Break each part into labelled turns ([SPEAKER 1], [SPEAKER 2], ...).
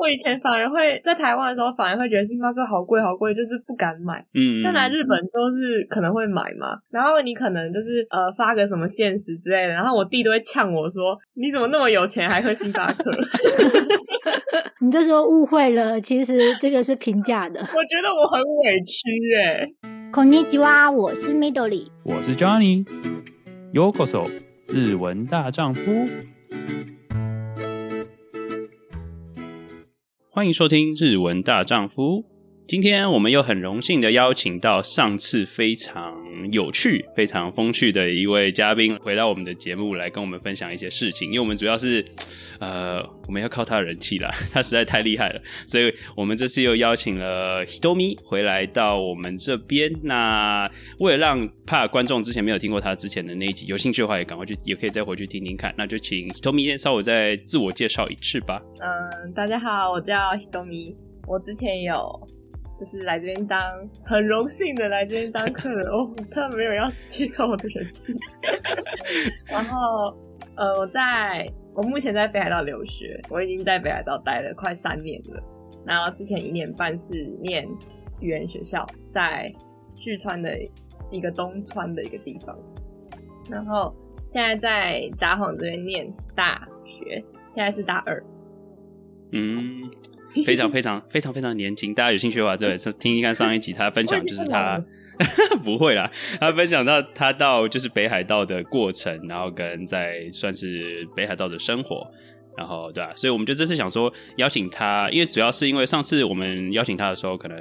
[SPEAKER 1] 我以前反而会在台湾的时候，反而会觉得星巴克好贵好贵，就是不敢买。
[SPEAKER 2] 嗯，
[SPEAKER 1] 但来日本就是可能会买嘛，然后你可能就是呃发个什么现实之类的，然后我弟都会呛我说：“你怎么那么有钱还喝星巴克？”
[SPEAKER 3] 你这时候误会了，其实这个是平价的。
[SPEAKER 1] 我觉得我很委屈哎、
[SPEAKER 3] こんにちは，我是 Midori。
[SPEAKER 2] 我是 Johnny Yokoso，日文大丈夫。欢迎收听《日文大丈夫》。今天我们又很荣幸的邀请到上次非常有趣、非常风趣的一位嘉宾回到我们的节目来跟我们分享一些事情，因为我们主要是，呃，我们要靠他的人气啦， 他实在太厉害了，所以我们这次又邀请了 Hitomi 回来到我们这边。那为了让怕观众之前没有听过他之前的那一集，有兴趣的话也赶快去，也可以再回去听听看。那就请 Hitomi 先稍微再自我介绍一次吧。
[SPEAKER 1] 嗯，大家好，我叫 Hitomi，我之前有就是来这边当，很荣幸的来这边当客人哦，他没有要揭露我的人气。 然后呃，我在我目前在北海道留学，我已经在北海道待了快三年了。然后之前一年半是念语言学校，在旭川的一个东川的一个地方，然后现在在札幌这边念大学，现在是大二。
[SPEAKER 2] 嗯，非常非常非常非常年轻。大家有兴趣的话，对，是听一看上一集他分享，就是 他不会啦，他分享到他到就是北海道的过程，然后跟在算是北海道的生活。然后对啊，所以我们就这次想说邀请他，因为主要是因为上次我们邀请他的时候，可能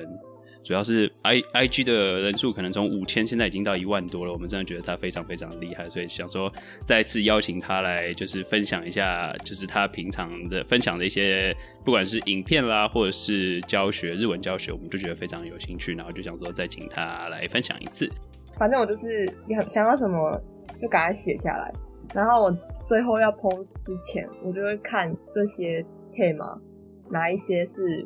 [SPEAKER 2] 主要是 i i g 的人数可能从五千现在已经到一万多了，我们真的觉得他非常非常厉害，所以想说再次邀请他来，就是分享一下，就是他平常的分享的一些，不管是影片啦，或者是教学日文教学，我们就觉得非常有兴趣，然后就想说再请他来分享一次。
[SPEAKER 1] 反正我就是想想到什么就赶快写下来，然后我最后要 PO 之前，我就会看这些 tema 哪一些是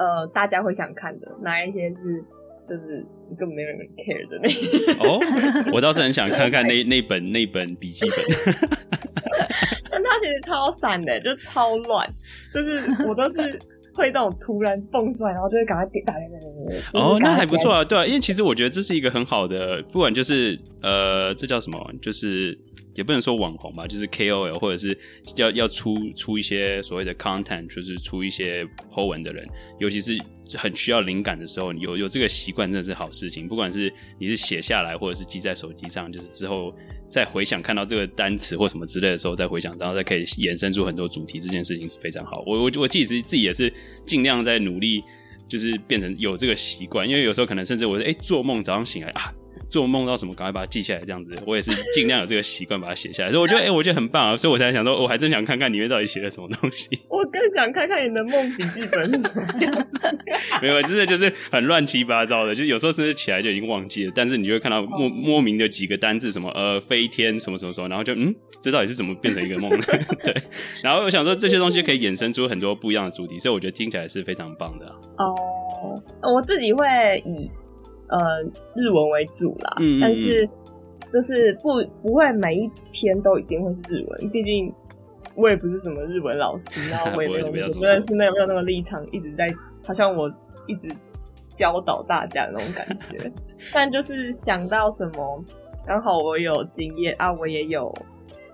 [SPEAKER 1] 呃大家会想看的，哪一些是就是根本没有人 care 的那些。
[SPEAKER 2] 哦， 我倒是很想看看那那本那本笔记本。
[SPEAKER 1] 但它其实超散的，就超乱，就是我都是。会那种突然蹦出来，然后就会赶快点打点点点点。就是
[SPEAKER 2] 哦，那
[SPEAKER 1] 赶快
[SPEAKER 2] 还不
[SPEAKER 1] 写
[SPEAKER 2] 错啊，对啊，因为其实我觉得这是一个很好的，不管就是呃，这叫什么，就是也不能说网红吧，就是 KOL 或者是要要出出一些所谓的 content，就是出一些 po 文的人，尤其是很需要灵感的时候，你有有这个习惯真的是好事情。不管是你是写下来，或者是记在手机上，就是之后再回想看到这个单词或什么之类的时候，再回想，然后再可以衍生出很多主题，这件事情是非常好。我我我自己自己也是尽量在努力，就是变成有这个习惯，因为有时候可能甚至我哎、诶做梦早上醒来啊。做梦到什么，赶快把它记下来，这样子，我也是尽量有这个习惯把它写下来。所以我觉得，哎、我觉得很棒啊，所以我才想说，我还真想看看里面到底写了什么东西。
[SPEAKER 1] 我更想看看你的梦笔记本是什么样。
[SPEAKER 2] 没有，真的就是很乱七八糟的，就有时候甚至起来就已经忘记了，但是你就会看到
[SPEAKER 1] 哦
[SPEAKER 2] 莫莫名的几个单字，什么呃飞天什么什么什么，然后就嗯，这到底是怎么变成一个梦 呢？对，然后我想说这些东西可以衍生出很多不一样的主题，所以我觉得听起来是非常棒的啊。
[SPEAKER 1] 哦，我自己会以呃日文为主啦，
[SPEAKER 2] 嗯嗯嗯
[SPEAKER 1] 但是就是不不会每一篇都一定会是日文，毕竟我也不是什么日文老师，然后我也没有，
[SPEAKER 2] 不
[SPEAKER 1] 我
[SPEAKER 2] 会不要
[SPEAKER 1] 真
[SPEAKER 2] 说
[SPEAKER 1] 的是没有没有那个立场，一直在好像我一直教导大家那种感觉，但就是想到什么，刚好我有经验啊，我也有。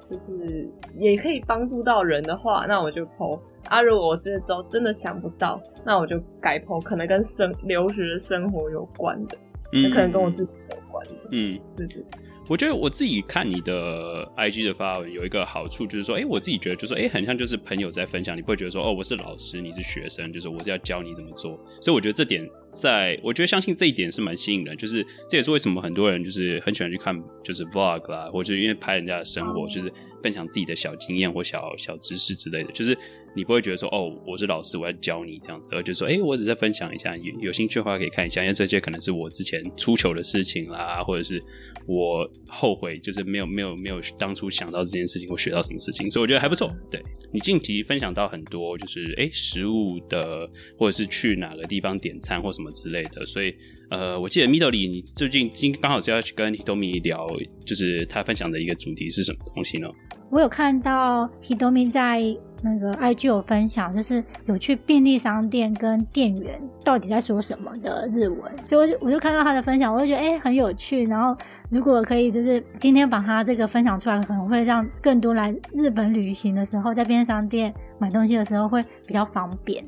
[SPEAKER 1] 就是也可以帮助到人的话，那我就剖啊。如果我这周真的想不到，那我就改剖，可能跟生留学生活有关的，
[SPEAKER 2] 嗯，
[SPEAKER 1] 可能跟我自己有关的，
[SPEAKER 2] 嗯。
[SPEAKER 1] 对对。
[SPEAKER 2] 我觉得我自己看你的 IG 的发文有一个好处，就是说，哎、我自己觉得就是，哎、很像就是朋友在分享，你不会觉得说，哦，我是老师，你是学生，就是我是要教你怎么做。所以我觉得这点在，我觉得相信这一点是蛮吸引人，就是这也是为什么很多人就是很喜欢去看就是 vlog 啦，或者是因为拍人家的生活，就是分享自己的小经验或小小知识之类的，就是你不会觉得说，哦，我是老师，我要教你这样子，而就是说，哎、我只是分享一下，有有兴趣的话可以看一下，因为这些可能是我之前出糗的事情啦，或者是我后悔，就是没有没有没有当初想到这件事情，我学到什么事情，所以我觉得还不错。对你近期分享到很多，就是诶食物的，或者是去哪个地方点餐或什么之类的，所以呃，我记得 Middle 里你最近今刚好是要去跟 Hitomi 聊，就是他分享的一个主题是什么东西呢？
[SPEAKER 3] 我有看到 Hidomi 在那个 IG 有分享，就是有去便利商店跟店员到底在说什么的日文，所以我就我就看到他的分享，我就觉得哎、诶很有趣。然后如果可以，就是今天把他这个分享出来，可能会让更多来日本旅行的时候，在便利商店买东西的时候会比较方便。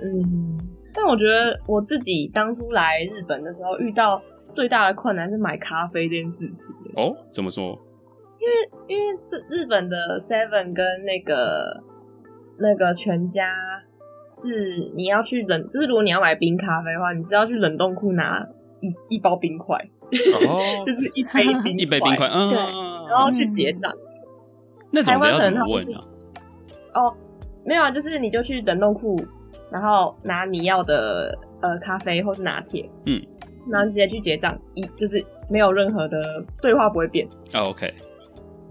[SPEAKER 1] 嗯，但我觉得我自己当初来日本的时候遇到最大的困难是买咖啡这件事情，
[SPEAKER 2] 哦，怎么说？
[SPEAKER 1] 因为这日本的 Seven 跟那个那个全家是你要去冷，就是如果你要买冰咖啡的话，你是要去冷冻库拿一一包冰块，
[SPEAKER 2] 哦，
[SPEAKER 1] 就是一杯冰
[SPEAKER 2] 一杯冰，块，嗯，
[SPEAKER 3] 对
[SPEAKER 1] 然后去结账。
[SPEAKER 2] 那种
[SPEAKER 1] 台
[SPEAKER 2] 的
[SPEAKER 1] 湾
[SPEAKER 2] 要
[SPEAKER 1] 可
[SPEAKER 2] 怎
[SPEAKER 1] 能
[SPEAKER 2] 么
[SPEAKER 1] 他们
[SPEAKER 2] 问啊？
[SPEAKER 1] 哦，没有啊，就是你就去冷冻库，然后拿你要的呃咖啡或是拿铁，
[SPEAKER 2] 嗯，
[SPEAKER 1] 然后就直接去结账，一就是没有任何的对话不会变，
[SPEAKER 2] 哦，OK，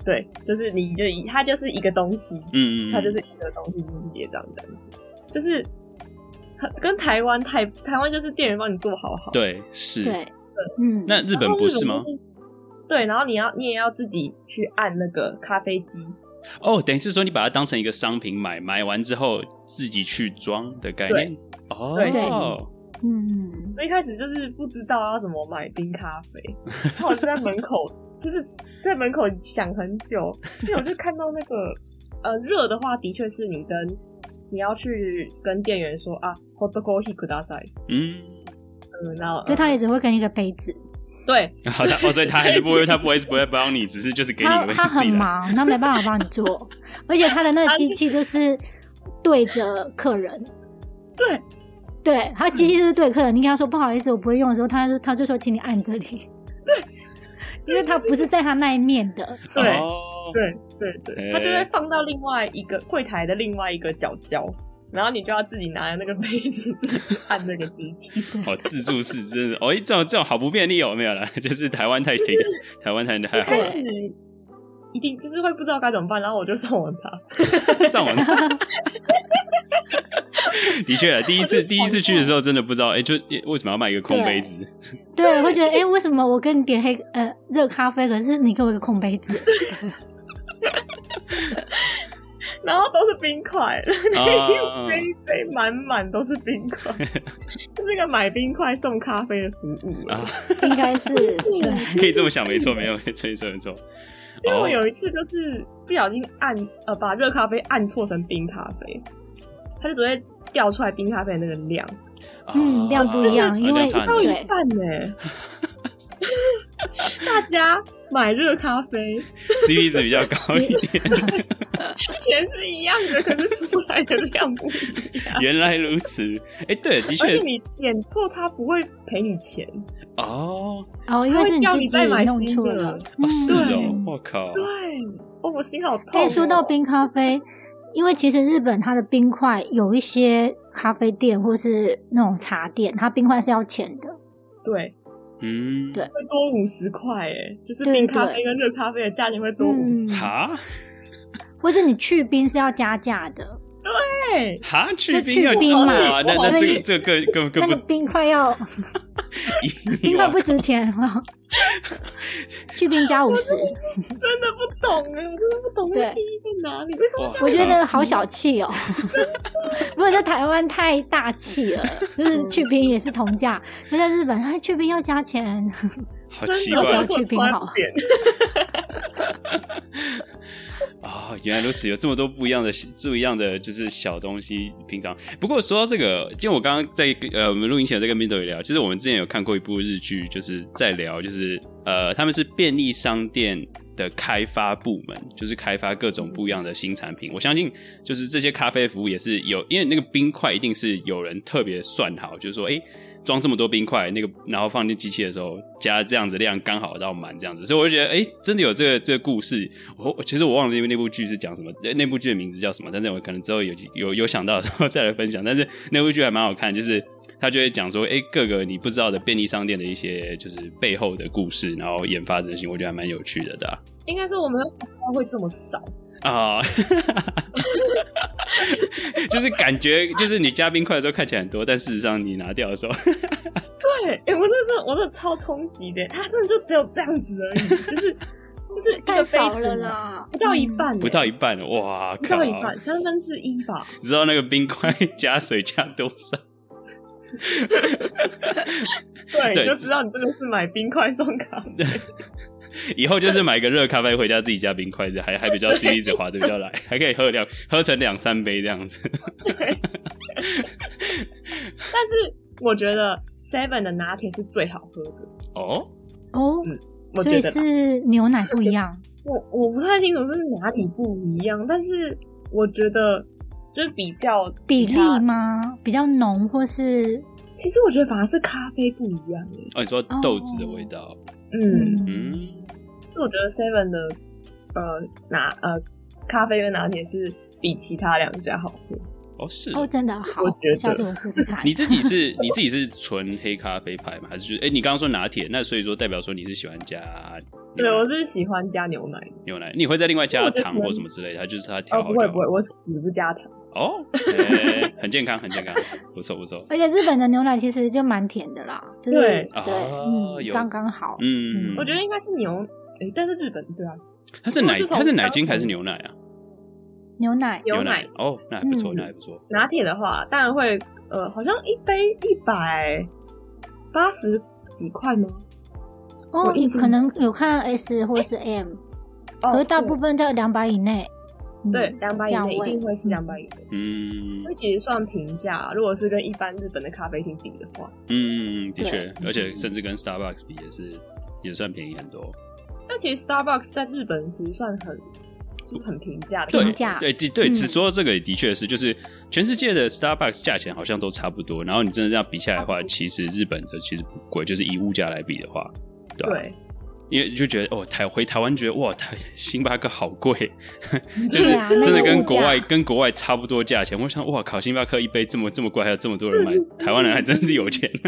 [SPEAKER 1] 对，就是你就一它就是一个东西，
[SPEAKER 2] 嗯嗯，嗯
[SPEAKER 1] 它就是一个东西，你去结账这样子，就是很跟台湾台台湾就是店员帮你做好好，
[SPEAKER 2] 嗯对是。
[SPEAKER 3] 对，嗯，
[SPEAKER 2] 那日
[SPEAKER 1] 然
[SPEAKER 2] 本
[SPEAKER 1] 后
[SPEAKER 2] 不
[SPEAKER 1] 日
[SPEAKER 2] 是吗
[SPEAKER 1] 就？对，然后你要你也要自己去按那个咖啡机，
[SPEAKER 2] 哦，等于是说你把它当成一个商品买，买完之后自己去装的概念。哦，
[SPEAKER 1] 对
[SPEAKER 3] 对嗯，
[SPEAKER 1] 我一开始就是不知道要怎么买冰咖啡，然后我就在门口，就是在门口想很久，因为我就看到那个呃热的话，的确是你跟你要去跟店员说啊，hot coffee k u d a s a
[SPEAKER 2] 嗯，
[SPEAKER 1] 嗯，然后嗯
[SPEAKER 3] 就他也只会给你一个杯子，
[SPEAKER 1] 对
[SPEAKER 2] 好的，哦，所以他还是不会，他不会不会帮你，只是就是给你
[SPEAKER 3] 他
[SPEAKER 2] 一个
[SPEAKER 3] 他很忙，他没办法帮你做，而且他的那个机器就是对着客人，
[SPEAKER 1] 对，
[SPEAKER 3] 对，他机器就是对客人。你跟他说不好意思，我不会用的时候，他就他就说请你按这里。对，因为他不是在他那一面的。
[SPEAKER 1] 对
[SPEAKER 2] 哦，
[SPEAKER 1] 对对对，
[SPEAKER 2] 哎
[SPEAKER 1] 他就会放到另外一个柜台的另外一个角角，然后你就要自己拿着那个杯子自己去按那个机 器。
[SPEAKER 2] 哦，自助式真的，哦，这种这种好不便利哦，没有啦，就是台湾太挺，台湾太太
[SPEAKER 1] 一
[SPEAKER 2] 好
[SPEAKER 1] 开始一定就是会不知道该怎么办，然后我就上网查，
[SPEAKER 2] 了， 上网。的确啊，第一次
[SPEAKER 1] 我就想
[SPEAKER 2] 第一次去的时候真的不知道，哎、就为什么要卖一个空杯子？
[SPEAKER 3] 对，会觉得哎、诶为什么我跟你点黑呃热咖啡，可是你给我一个空杯子？
[SPEAKER 1] 然后都是冰块。
[SPEAKER 2] 啊，
[SPEAKER 1] 杯杯满满都是冰 块，就是个买冰块送咖啡的服务
[SPEAKER 2] 啊
[SPEAKER 3] 应该是对，
[SPEAKER 2] 可以这么想，没错，没有， 没错，没错，没错。
[SPEAKER 1] 因为我
[SPEAKER 2] 哦
[SPEAKER 1] 有一次就是不小心按呃把热咖啡按错成冰咖啡，它就只会掉出来冰咖啡的那个量，
[SPEAKER 3] 嗯量不一样
[SPEAKER 2] 啊
[SPEAKER 3] 因为
[SPEAKER 2] 量差很
[SPEAKER 1] 到
[SPEAKER 2] 多
[SPEAKER 1] 一
[SPEAKER 3] 对
[SPEAKER 1] 半呢、 大家买热咖啡
[SPEAKER 2] CP 值比较高一 点。
[SPEAKER 1] 钱是一样的，可是出来的量不 一样。
[SPEAKER 2] 原来如此，哎，对，的
[SPEAKER 1] 而
[SPEAKER 2] 确
[SPEAKER 1] 且你点错，他不会赔你钱。
[SPEAKER 2] 哦，
[SPEAKER 3] 哦，因为是
[SPEAKER 1] 他会叫
[SPEAKER 3] 自
[SPEAKER 1] 你
[SPEAKER 3] 己
[SPEAKER 1] 再买
[SPEAKER 3] 弄
[SPEAKER 1] 新
[SPEAKER 3] 错
[SPEAKER 1] 的
[SPEAKER 3] 了。
[SPEAKER 2] 哦是哦
[SPEAKER 3] 嗯，
[SPEAKER 2] 我靠，
[SPEAKER 1] 对，哦，我心好痛、
[SPEAKER 3] 哎、
[SPEAKER 1] 哦。
[SPEAKER 3] 说到冰咖啡，因为其实日本它的冰块有一些咖啡店或是那种茶店，它冰块是要钱的。
[SPEAKER 1] 对，
[SPEAKER 2] 嗯，
[SPEAKER 3] 对
[SPEAKER 1] 会多五十块哎，就是
[SPEAKER 3] 对
[SPEAKER 1] 冰咖
[SPEAKER 3] 对
[SPEAKER 1] 啡跟热咖啡的价钱会多五十。
[SPEAKER 3] 嗯，
[SPEAKER 2] 哈
[SPEAKER 3] 或是你去冰是要加价的，
[SPEAKER 1] 对，
[SPEAKER 2] 哈，去
[SPEAKER 3] 就
[SPEAKER 2] 冰
[SPEAKER 3] 去
[SPEAKER 2] 要
[SPEAKER 3] 冰
[SPEAKER 2] 哇
[SPEAKER 3] 嘛
[SPEAKER 2] 那那
[SPEAKER 3] 所
[SPEAKER 2] 这
[SPEAKER 3] 以
[SPEAKER 2] 个这个更
[SPEAKER 3] 那
[SPEAKER 2] 更
[SPEAKER 3] 个
[SPEAKER 2] 更不
[SPEAKER 3] 冰块 要
[SPEAKER 2] 一
[SPEAKER 3] 冰块
[SPEAKER 2] 样
[SPEAKER 3] 不值钱啊，去冰加五十，
[SPEAKER 1] 真的不懂哎，我真的不懂那
[SPEAKER 3] 对
[SPEAKER 1] 个意义在哪里，为什么
[SPEAKER 2] 哇
[SPEAKER 1] 这样？
[SPEAKER 3] 我觉得好小气哦。 不过在台湾太大气了，就是去冰也是同价，可是在日本，哎它去冰要加钱。
[SPEAKER 2] 好奇
[SPEAKER 1] 真的
[SPEAKER 3] 我
[SPEAKER 2] 怪哦
[SPEAKER 3] 想
[SPEAKER 1] 我
[SPEAKER 3] 要去冰好
[SPEAKER 1] 点，
[SPEAKER 2] 啊、原来如此，有这么多不一样的、不一样的就是小东西。平常不过说到这个，因为我刚刚在跟呃我们录音前在跟 Middle 聊，就是我们之前有看过一部日剧，就是在聊，就是呃他们是便利商店的开发部门，就是开发各种不一样的新产品。我相信就是这些咖啡服务也是有，因为那个冰块一定是有人特别算好，就是说哎。诶装这么多冰块，那个然后放进机器的时候加这样子量刚好到满这样子，所以我就觉得哎、诶真的有这个这个故事。我我其实我忘了那部那部剧是讲什么，呃那部剧的名字叫什么，但是我可能之后有有有想到的时候 再来分享。但是那部剧还蛮好看，就是他就会讲说，哎、各个你不知道的便利商店的一些就是背后的故事，然后研发真心，我觉得还蛮有趣的的啊。
[SPEAKER 1] 应该说我没有想到会这么少，
[SPEAKER 2] 啊 就是感觉，就是你加冰块的时候看起来很多，但事实上你拿掉的时候，
[SPEAKER 1] 对，哎，我真的是我真的超冲击的，他真的就只有这样子而已，就是。就是一
[SPEAKER 3] 太
[SPEAKER 1] 个杯
[SPEAKER 3] 少
[SPEAKER 1] 子
[SPEAKER 3] 了
[SPEAKER 1] 嘛，
[SPEAKER 3] 啦，
[SPEAKER 1] 不到一
[SPEAKER 3] 嗯。
[SPEAKER 1] 半欸、
[SPEAKER 2] 不到一半，啊哇
[SPEAKER 1] 不
[SPEAKER 2] 靠！
[SPEAKER 1] 到一半，三分之一 吧。
[SPEAKER 2] 你知道那个冰块 加水加多少？
[SPEAKER 1] 对，
[SPEAKER 2] 对
[SPEAKER 1] 你就知道你真的是买冰块送咖 啡。
[SPEAKER 2] 以后就是买个热咖啡回家自己加冰块，还还 比较 CP 值划得比较来， 还可以喝两喝成两三杯这样子。
[SPEAKER 1] 但是我觉得 Seven 的拿铁是最好喝的，
[SPEAKER 2] 哦，
[SPEAKER 3] 哦，
[SPEAKER 1] 嗯我
[SPEAKER 3] 所
[SPEAKER 1] 觉
[SPEAKER 3] 以
[SPEAKER 1] 得啦
[SPEAKER 3] 是牛奶不一样。
[SPEAKER 1] 我我不太清楚是哪里不一样，但是我觉得就是比较其
[SPEAKER 3] 比例
[SPEAKER 1] 他，
[SPEAKER 3] 吗？比较浓，或是
[SPEAKER 1] 其实我觉得反而是咖啡不一样耶。
[SPEAKER 2] 哦，你说豆子的味道，
[SPEAKER 1] 嗯，
[SPEAKER 3] 嗯，
[SPEAKER 2] 嗯，
[SPEAKER 1] 就我觉得 Seven 的呃拿呃咖啡跟拿铁是比其他两家好喝。
[SPEAKER 2] 哦是
[SPEAKER 3] 哦，真的好
[SPEAKER 1] 我觉，得
[SPEAKER 3] 下次我试试看。
[SPEAKER 2] 你自己是你自己是纯黑咖啡派吗？还是就是哎、你刚刚说拿铁，那所以说代表说你是喜欢加牛
[SPEAKER 1] 对，
[SPEAKER 2] 奶
[SPEAKER 1] 我是喜欢加牛奶的。
[SPEAKER 2] 牛奶，你会再另外加
[SPEAKER 1] 我觉得
[SPEAKER 2] 糖
[SPEAKER 1] 可能
[SPEAKER 2] 或什么之类的，它就是它调
[SPEAKER 1] 哦，
[SPEAKER 2] 好
[SPEAKER 1] 不
[SPEAKER 2] 就
[SPEAKER 1] 会
[SPEAKER 2] 好
[SPEAKER 1] 不会，我死不加糖。
[SPEAKER 2] 哦，哎很健康很健康，不错 不错，
[SPEAKER 3] 而且日本的牛奶其实就蛮甜的啦，就是
[SPEAKER 1] 对哦
[SPEAKER 2] 啊
[SPEAKER 3] 对，嗯
[SPEAKER 2] 有
[SPEAKER 3] 刚刚好。
[SPEAKER 2] 嗯，
[SPEAKER 1] 我觉得应该是牛，诶，但是日本对啊，
[SPEAKER 2] 它是
[SPEAKER 1] 如
[SPEAKER 2] 奶
[SPEAKER 1] 果是从
[SPEAKER 2] 它是奶精还是牛奶啊？
[SPEAKER 3] 牛奶
[SPEAKER 1] 牛奶
[SPEAKER 2] 奶哦，那还不错，
[SPEAKER 3] 嗯
[SPEAKER 2] 那还不错，
[SPEAKER 1] 拿铁的话，当然会呃，好像一杯一百八十几块吗？
[SPEAKER 3] 哦
[SPEAKER 1] 我印，象
[SPEAKER 3] 可能有看 S 或是 M，
[SPEAKER 1] 哦
[SPEAKER 3] 可是大部分在两百以内。嗯
[SPEAKER 1] 对两百以
[SPEAKER 3] 价
[SPEAKER 1] 内一
[SPEAKER 3] 位
[SPEAKER 1] 定会是两百以内，
[SPEAKER 2] 嗯
[SPEAKER 1] 那其实算平价。啊如果是跟一般日本的咖啡厅比的话，
[SPEAKER 2] 嗯，的确，
[SPEAKER 3] 对
[SPEAKER 2] 而且甚至跟 Starbucks 比也是也算便宜很多，
[SPEAKER 1] 但其实 Starbucks 在日本其实算很就是很平价的，
[SPEAKER 2] 对
[SPEAKER 3] 平价
[SPEAKER 2] 对对对，
[SPEAKER 3] 嗯
[SPEAKER 2] 只说这个的确是，就是全世界的 Starbucks 价钱好像都差不多，然后你真的这样比下来的话，其实日本的其实不贵，就是以物价来比的话，对吧啊
[SPEAKER 1] 对，
[SPEAKER 2] 因为就觉得哦，台回台湾觉得哇，台星巴克好贵，就是
[SPEAKER 3] 对啊
[SPEAKER 2] 真的跟
[SPEAKER 3] 那个物价
[SPEAKER 2] 国外跟国外差不多价钱。我想哇靠，星巴克一杯这么这么贵，还有这么多人买
[SPEAKER 1] 嗯，
[SPEAKER 2] 台湾人还真是有钱。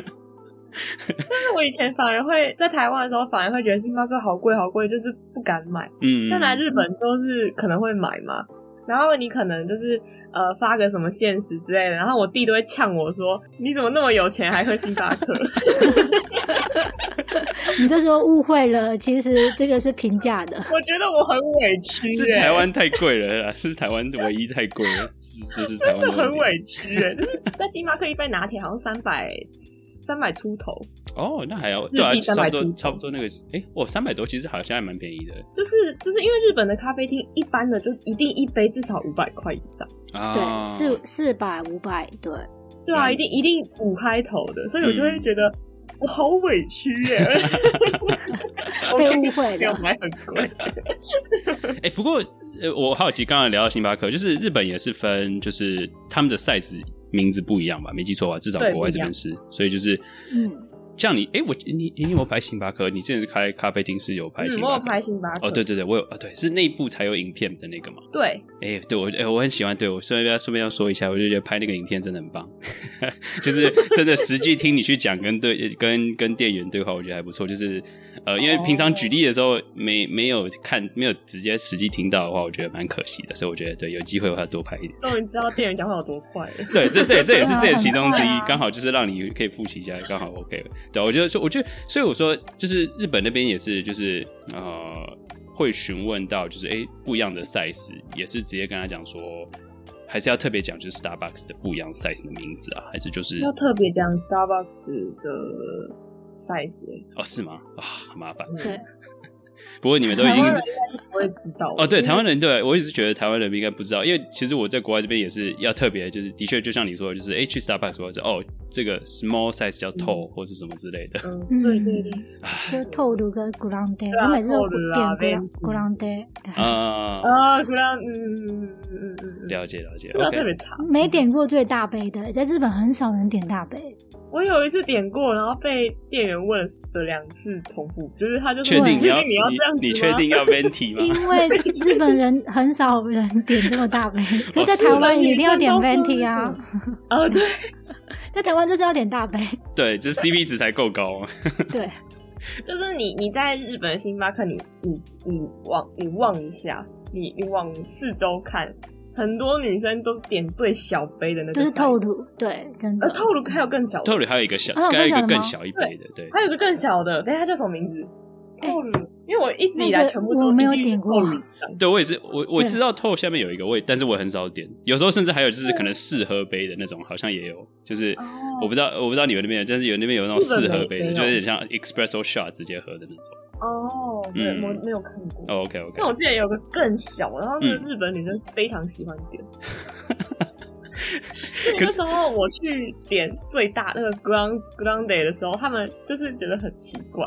[SPEAKER 1] 但是我以前反而会在台湾的时候，反而会觉得星巴克好贵好贵，就是不敢买。
[SPEAKER 2] 嗯，
[SPEAKER 1] 但来日本就是可能会买嘛，然后你可能就是呃发个什么现实之类的，然后我弟都会呛我说：“你怎么那么有钱还喝星巴克
[SPEAKER 3] 你这时候误会了，其实这个是平价的。？”
[SPEAKER 1] 我觉得我很委屈、欸，
[SPEAKER 2] 是台湾太贵了啦，是台湾唯一太贵了，这是这是台湾
[SPEAKER 1] 真的
[SPEAKER 2] 的
[SPEAKER 1] 很
[SPEAKER 2] 问题
[SPEAKER 1] 委屈、 欸，就是在星巴克一杯拿铁好像三百三百出头，
[SPEAKER 2] 哦，那还要对啊，
[SPEAKER 1] 币
[SPEAKER 2] 差不
[SPEAKER 1] 300出
[SPEAKER 2] 多
[SPEAKER 1] 头
[SPEAKER 2] 差不多那个，哎，哇，三百多其实好像还蛮便宜的
[SPEAKER 1] 就是就是因为日本的咖啡厅一般的就一定一杯至少五百块以上，
[SPEAKER 2] 啊，
[SPEAKER 3] 对，四四百五百，对，
[SPEAKER 1] 对啊，
[SPEAKER 2] 嗯
[SPEAKER 1] 一定一定五开头的，所以我就会觉得。我好委屈耶、 我
[SPEAKER 3] 被
[SPEAKER 1] 明明
[SPEAKER 3] 误会
[SPEAKER 1] 没有
[SPEAKER 3] 了。
[SPEAKER 1] 买很贵，
[SPEAKER 2] 哎、不过呃，我好奇，刚刚聊到星巴克，就是日本也是分，就是他们的 size 名字不一样吧？没记错吧？至少
[SPEAKER 1] 对
[SPEAKER 2] 国外这边是，所以就是
[SPEAKER 3] 嗯，
[SPEAKER 2] 像你，哎、我你你有没有拍星巴克？你之前是开咖啡厅是有拍星
[SPEAKER 1] 嗯我
[SPEAKER 2] 巴
[SPEAKER 1] 有
[SPEAKER 2] 克？
[SPEAKER 1] 拍星巴克。
[SPEAKER 2] 哦，对对对，我有啊，对，是内部才有影片的那个嘛。
[SPEAKER 1] 对，
[SPEAKER 2] 哎、对我，哎、我很喜欢，对我顺便顺便要说一下，我就觉得拍那个影片真的很棒， 就是真的实际听你去讲跟对跟跟店员对话，我觉得还不错。就是呃，因为平常举例的时候没没有看没有直接实际听到的话，我觉得蛮可惜的，所以我觉得对有机会我要多拍一点。
[SPEAKER 1] 终于知道店员讲话有多快了。
[SPEAKER 2] 对，这对这也是这也是其中之一
[SPEAKER 3] 对啊，
[SPEAKER 2] 刚好就是让你可以复习一下，刚好 OK 了。对，啊我觉得说，我觉得，所以我说，就是日本那边也是，就是呃，会询问到，就是哎、诶不一样的 size，也是直接跟他讲说，还是要特别讲，就是 Starbucks 的不一样 size 的名字啊，还是就是
[SPEAKER 1] 要特别讲 Starbucks 的 size，、欸、
[SPEAKER 2] 哦是吗？啊、好麻烦。
[SPEAKER 3] 对，
[SPEAKER 2] 不过你们都已
[SPEAKER 1] 台
[SPEAKER 2] 经
[SPEAKER 1] 湾人应该不会知道
[SPEAKER 2] 哦，对，
[SPEAKER 1] 因为
[SPEAKER 2] 台湾人对我一直觉得台湾人应该不知道，因为其实我在国外这边也是要特别，就是的确就像你说的，就是哎、诶去 Starbucks 或者是哦这个 small size 叫 tall、或是什么之类的。
[SPEAKER 1] 嗯，对对对，
[SPEAKER 3] 就透露跟古浪爹，
[SPEAKER 1] 对啊
[SPEAKER 3] 我每次都
[SPEAKER 1] 透露啊
[SPEAKER 3] 点
[SPEAKER 1] 被
[SPEAKER 3] 古浪爹，
[SPEAKER 2] 啊、
[SPEAKER 1] 啊，果然，嗯嗯嗯嗯嗯嗯，
[SPEAKER 2] 了解了解
[SPEAKER 1] 这个特
[SPEAKER 2] ，OK，
[SPEAKER 1] 别长。
[SPEAKER 3] 没点过最大杯的，在日本很少人点大杯。
[SPEAKER 1] 我有一次点过，然后被店员问了两次重复，就是他就
[SPEAKER 2] 确
[SPEAKER 1] 说
[SPEAKER 2] 定
[SPEAKER 1] 你
[SPEAKER 2] 你
[SPEAKER 1] 确
[SPEAKER 2] 要
[SPEAKER 1] 定你要这样子吗？
[SPEAKER 2] 你确定要 venti 吗？
[SPEAKER 3] 因为日本人很少人点这么大杯，可是在台湾一定要点 venti 啊，
[SPEAKER 1] 啊？对，
[SPEAKER 3] 在台湾就是要点大杯。
[SPEAKER 2] 对，这 CP 值才够高。
[SPEAKER 3] 对，
[SPEAKER 1] 就是你你在日本的星巴克，你你你望你望一下，你你往四周看，很多女生都是点最小杯的那个 size，
[SPEAKER 3] 就是透露，对，真的
[SPEAKER 1] 呃，。透露还有更小的，
[SPEAKER 2] 透里还有一个小，
[SPEAKER 3] 啊
[SPEAKER 2] 还有一
[SPEAKER 3] 我
[SPEAKER 2] 个
[SPEAKER 3] 刚
[SPEAKER 2] 更
[SPEAKER 3] 讲
[SPEAKER 2] 小一杯的，对，
[SPEAKER 1] 还有一个更小的，等一下它叫什么名字？透乳，因为我一直以来
[SPEAKER 3] 哎那个
[SPEAKER 1] 全部都
[SPEAKER 3] 我没有
[SPEAKER 1] 一律是
[SPEAKER 3] 点过
[SPEAKER 1] 透乳上
[SPEAKER 2] 对我也是，我我
[SPEAKER 3] 对
[SPEAKER 2] 知道透下面有一个味，但是我很少点。有时候甚至还有就是可能试喝杯的那种，好像也有，就是
[SPEAKER 1] 哦
[SPEAKER 2] 我不知道我不知道你们那边有，但是有那边有那种
[SPEAKER 1] 日本
[SPEAKER 2] 试
[SPEAKER 1] 没
[SPEAKER 2] 喝杯
[SPEAKER 1] 没
[SPEAKER 2] 的，
[SPEAKER 1] 有
[SPEAKER 2] 就有点像 espresso shot 直接喝的那种。
[SPEAKER 1] 哦，没
[SPEAKER 2] 嗯
[SPEAKER 1] 我没有看过。
[SPEAKER 2] o OK OK，
[SPEAKER 1] 但我记得有个更小，然后那
[SPEAKER 2] 嗯
[SPEAKER 1] 个日本女生非常喜欢 点。
[SPEAKER 2] 可
[SPEAKER 1] 那
[SPEAKER 2] 是
[SPEAKER 1] 时候我去点最大那个 Grand Grande 的时候，他们就是觉得很奇怪，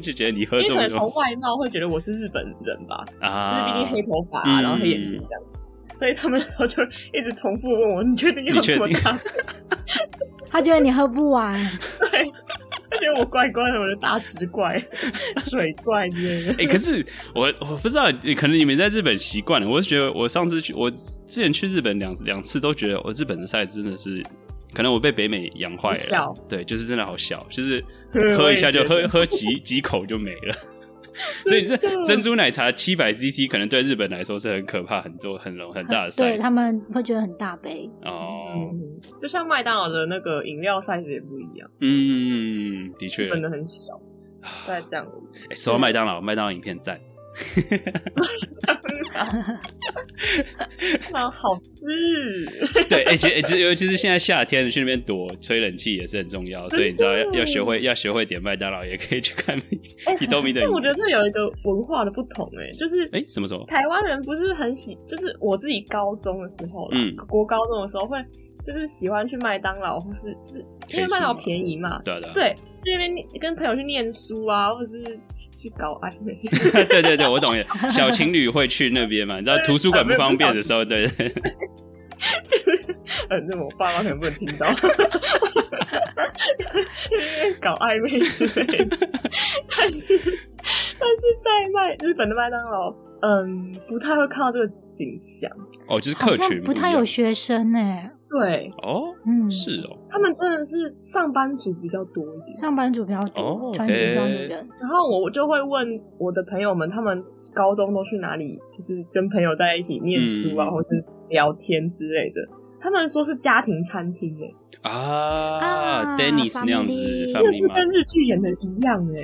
[SPEAKER 2] 就觉得你喝
[SPEAKER 1] 因为可
[SPEAKER 2] 这么
[SPEAKER 1] 能从
[SPEAKER 2] 多
[SPEAKER 1] 外貌会觉得我是日本人吧，就是
[SPEAKER 2] 啊，
[SPEAKER 1] 毕竟黑头发、
[SPEAKER 2] 嗯
[SPEAKER 1] 然后黑眼睛这样，所以他们那时候就一直重复问我：“你确定要
[SPEAKER 2] 你确
[SPEAKER 1] 这么
[SPEAKER 2] 定
[SPEAKER 1] 大？”
[SPEAKER 3] 他觉得你喝不完，
[SPEAKER 1] 他觉得我怪怪的，我的大石 怪、水怪之类的。
[SPEAKER 2] 哎、可是我我不知道，可能你们在日本习惯了。我是觉得我上次去，我之前去日本两两次都觉得，我日本的菜真的是，可能我被北美养坏
[SPEAKER 1] 很
[SPEAKER 2] 了
[SPEAKER 1] 小。
[SPEAKER 2] 对，就是真的好小，就是
[SPEAKER 1] 嗯
[SPEAKER 2] 喝一下 就
[SPEAKER 1] 我
[SPEAKER 2] 喝
[SPEAKER 1] 也觉得
[SPEAKER 2] 喝几几口就没了。 所以这
[SPEAKER 1] 真的
[SPEAKER 2] 珍珠奶茶七百 CC 可能对日本来说是很可怕、很多、很容很大的 size。
[SPEAKER 3] 对他们会觉得很大杯。
[SPEAKER 2] 哦，
[SPEAKER 1] 嗯，就像麦当劳的那个饮料 size 也不一样，
[SPEAKER 2] 嗯，的确。
[SPEAKER 1] 本的很 小，大概这样。
[SPEAKER 2] 哎说到麦当劳，麦当劳影片赞。
[SPEAKER 1] 那好吃，
[SPEAKER 2] 对，而且而且尤其是现在夏天去那边躲吹冷气也是很重要，所以你知道要要学会要学会点麦当劳，也可以去看
[SPEAKER 3] 欸
[SPEAKER 2] 一豆米的
[SPEAKER 1] 但
[SPEAKER 2] 影
[SPEAKER 1] 我觉
[SPEAKER 2] 片。
[SPEAKER 1] 得这有一个文化的不同哎、就是
[SPEAKER 2] 哎，什么时候？
[SPEAKER 1] 台湾人不是很喜，就是我自己高中的时候啦，
[SPEAKER 2] 嗯
[SPEAKER 1] 国高中的时候会就是喜欢去麦当劳，或是就是因
[SPEAKER 2] 可以
[SPEAKER 1] 为麦当劳
[SPEAKER 2] 去吗
[SPEAKER 1] 便宜嘛，
[SPEAKER 2] 对啊对啊
[SPEAKER 1] 对，去那边念跟朋友去念书啊，或者是去搞暧昧。
[SPEAKER 2] 对对对，我懂了。小情侣会去那边嘛？你知道图书馆不方便的时候，对对对
[SPEAKER 1] 就是，呃，那我爸妈可能不能听到， 搞暧昧之类的。 但是，但是在麦日本的麦当劳，嗯，不太会看到这个景象。
[SPEAKER 2] 哦，就是
[SPEAKER 3] 好
[SPEAKER 2] 客
[SPEAKER 3] 像
[SPEAKER 2] 群
[SPEAKER 3] 不
[SPEAKER 2] 一
[SPEAKER 3] 太
[SPEAKER 2] 样
[SPEAKER 3] 有学生哎、
[SPEAKER 1] 对
[SPEAKER 2] 哦，
[SPEAKER 3] 嗯，
[SPEAKER 2] 是哦，
[SPEAKER 1] 他们真的是上班族比较多一点。
[SPEAKER 3] 上班族比较多，
[SPEAKER 2] 哦
[SPEAKER 3] 穿西装
[SPEAKER 2] 诶
[SPEAKER 3] 的人。
[SPEAKER 1] 然后我就会问我的朋友们，他们高中都去哪里，就是跟朋友在一起念书啊，
[SPEAKER 2] 嗯
[SPEAKER 1] 或是聊天之类的。他们说是家庭餐厅、欸，
[SPEAKER 2] 啊
[SPEAKER 3] 啊
[SPEAKER 2] ，Dennis 那样子
[SPEAKER 3] family
[SPEAKER 1] 哎，就
[SPEAKER 2] family
[SPEAKER 1] 是
[SPEAKER 2] man
[SPEAKER 1] 跟日剧演的一样、欸，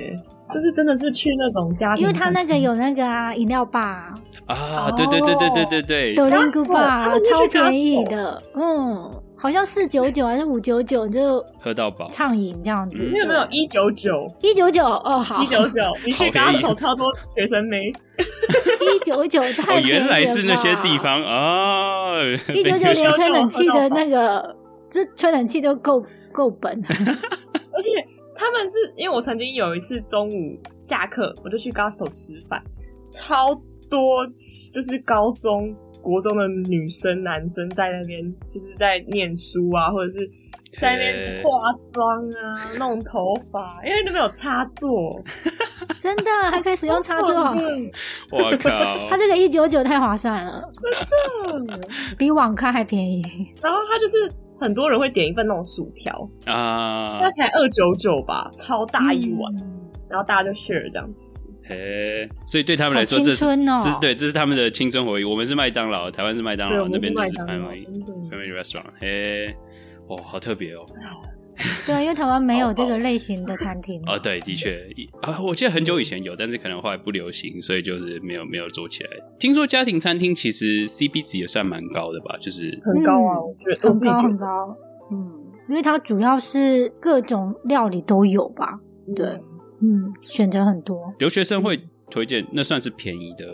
[SPEAKER 1] 哎，就是真的是去那种家庭餐厅，
[SPEAKER 3] 因为他那个有那个啊，饮料吧，
[SPEAKER 2] 啊，
[SPEAKER 1] 哦
[SPEAKER 2] 对对对对对对对
[SPEAKER 3] 斗，零古
[SPEAKER 1] 他
[SPEAKER 3] 吧
[SPEAKER 1] 们，就去
[SPEAKER 3] 超便宜的，嗯，好像四九九还是五九九就
[SPEAKER 2] 喝到饱，
[SPEAKER 3] 畅饮这样子。
[SPEAKER 2] 嗯
[SPEAKER 1] 你有没有一九九？
[SPEAKER 3] 一九九哦，好，
[SPEAKER 1] 一九九，你去
[SPEAKER 2] 好便宜
[SPEAKER 1] Costco 超多学生妹，
[SPEAKER 3] 一 九九
[SPEAKER 2] 哦，
[SPEAKER 3] 太便宜
[SPEAKER 2] 原
[SPEAKER 3] 了
[SPEAKER 2] 来是那些
[SPEAKER 3] 吧
[SPEAKER 2] 地 方啊，
[SPEAKER 3] 一九九
[SPEAKER 2] 被
[SPEAKER 3] 连吹冷气的那个，这吹冷气都够够本。
[SPEAKER 1] 而且他们是因为我曾经有一次中午下课，我就去 Costco 吃饭，超多就是高中、国中的女生、男生在那边就是在念书啊，或者是。在那边
[SPEAKER 2] 嘿
[SPEAKER 1] 化妆啊，弄头发，因为那边有插座，
[SPEAKER 3] 真的还可以使用插座， 啊
[SPEAKER 2] 我靠，
[SPEAKER 3] 它这个一九九太划算了，
[SPEAKER 1] 嗯
[SPEAKER 3] 比网咖还便宜。
[SPEAKER 1] 然后他就是很多人会点一份那种薯条，
[SPEAKER 2] 啊
[SPEAKER 1] 那，才二九九吧，超大一碗，
[SPEAKER 3] 嗯
[SPEAKER 1] 然后大家就 share 这样吃。
[SPEAKER 2] 嘿，所以对他们来说，
[SPEAKER 3] 好
[SPEAKER 2] 这
[SPEAKER 3] 青
[SPEAKER 2] 是
[SPEAKER 3] 春哦
[SPEAKER 2] 这是对，这是他们的青春回忆。我们是麦当劳，台湾是麦当
[SPEAKER 1] 对，
[SPEAKER 2] 劳
[SPEAKER 1] 我，
[SPEAKER 2] 啊那
[SPEAKER 1] 们是
[SPEAKER 2] 边就
[SPEAKER 1] 麦
[SPEAKER 2] 是
[SPEAKER 1] 当劳，
[SPEAKER 2] family
[SPEAKER 1] 真的。
[SPEAKER 2] family restaurant。嘿，哦，好特别哦。
[SPEAKER 3] 对，因为台湾没有这个类型的餐厅。
[SPEAKER 2] 哦，对，的确一啊，我记得很久以前有，但是可能后来不流行，所以就是没有没有做起来。听说家庭餐厅其实 CP 值也算蛮高的吧，就是
[SPEAKER 1] 很高啊，
[SPEAKER 3] 嗯
[SPEAKER 1] 我觉
[SPEAKER 2] 哦
[SPEAKER 1] 得我
[SPEAKER 3] 很
[SPEAKER 1] 自己
[SPEAKER 3] 高
[SPEAKER 1] 觉
[SPEAKER 3] 很
[SPEAKER 1] 得，
[SPEAKER 3] 高，嗯，因为它主要是各种料理都有吧，对
[SPEAKER 1] 嗯
[SPEAKER 3] 嗯，选择很多。
[SPEAKER 2] 留学生会推荐，那算是便宜的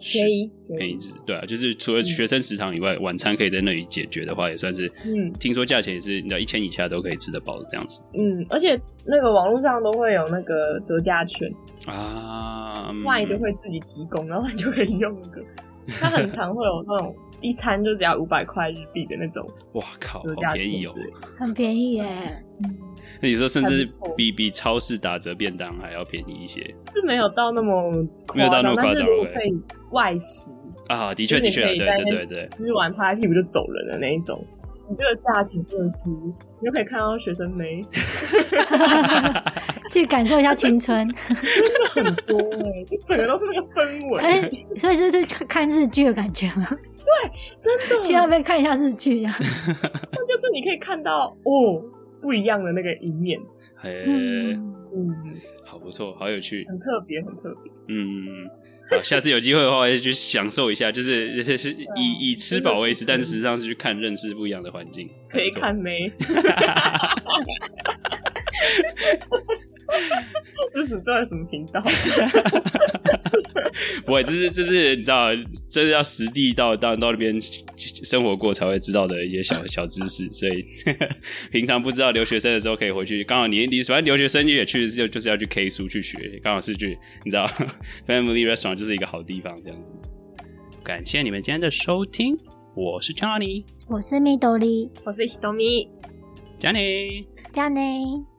[SPEAKER 2] 食，
[SPEAKER 1] 便宜
[SPEAKER 2] 便宜值，对啊，就是除了学生食堂以外，晚餐可以在那里解决的话，也算是，
[SPEAKER 1] 嗯
[SPEAKER 2] 听说价钱也是你知道一千以下都可以吃得饱的这样子
[SPEAKER 1] 嗯，而且那个网络上都会有那个折价券，
[SPEAKER 2] 啊，嗯
[SPEAKER 1] 外就会自己提供，然后你就可以用那个。它很常会有那种一餐就只要五百块日币的那种
[SPEAKER 2] 哇靠，
[SPEAKER 1] 折
[SPEAKER 2] 好
[SPEAKER 1] 价
[SPEAKER 2] 便
[SPEAKER 1] 券
[SPEAKER 2] 宜
[SPEAKER 1] 之
[SPEAKER 2] 哦！
[SPEAKER 1] 类的，
[SPEAKER 3] 很便宜耶，
[SPEAKER 2] 那你说甚
[SPEAKER 1] 还
[SPEAKER 2] 至
[SPEAKER 1] 不错
[SPEAKER 2] 比比超市打折便当还要便宜一些
[SPEAKER 1] 是没有到那么
[SPEAKER 2] 没有到
[SPEAKER 1] 夸
[SPEAKER 2] 那
[SPEAKER 1] 张，
[SPEAKER 2] 么夸张
[SPEAKER 1] 但是如果
[SPEAKER 2] ，OK
[SPEAKER 1] 可以外食，
[SPEAKER 2] 啊！的
[SPEAKER 1] 的
[SPEAKER 2] 确，的确啊，对对对对，
[SPEAKER 1] 吃完拍拍屁股就走人的那一种，你这个价钱真的是，你就可以看到学生 妹
[SPEAKER 3] 去感受一下青春。
[SPEAKER 1] 很多哎、就整个都是那个氛围，
[SPEAKER 3] 哎、所以就是看看日剧的感觉吗？
[SPEAKER 1] 真的，
[SPEAKER 3] 去那边看一下日剧啊。
[SPEAKER 1] 那就是你可以看到哦不一样的那个一面，
[SPEAKER 2] 嘿，
[SPEAKER 3] 嗯，
[SPEAKER 1] 嗯，
[SPEAKER 2] 好不错，好有趣，
[SPEAKER 1] 很特别，很特别。
[SPEAKER 2] 嗯，好，下次有机会的话，要去享受一下，就是 是是
[SPEAKER 1] 啊
[SPEAKER 2] 以以吃饱为食，但是实际上是去看认识不一样的环境，
[SPEAKER 1] 嗯可以
[SPEAKER 2] 还不错
[SPEAKER 1] 看没？ 这是这是什么频道？
[SPEAKER 2] 不会，这是这是你知道，这是要实地到到到那边生活过才会知道的一些小小知识，所以 平常不知道留学生的时候可以回去。刚好你你反正留学生也去就就是要去 K 书去学，刚好是去你知道 Family Restaurant 就是一个好地方这样子。感谢你们今天的收听，我是 Johnny
[SPEAKER 3] 我是蜜豆莉，
[SPEAKER 1] 我是 Hitomi。
[SPEAKER 2] Johnny。
[SPEAKER 3] 加内。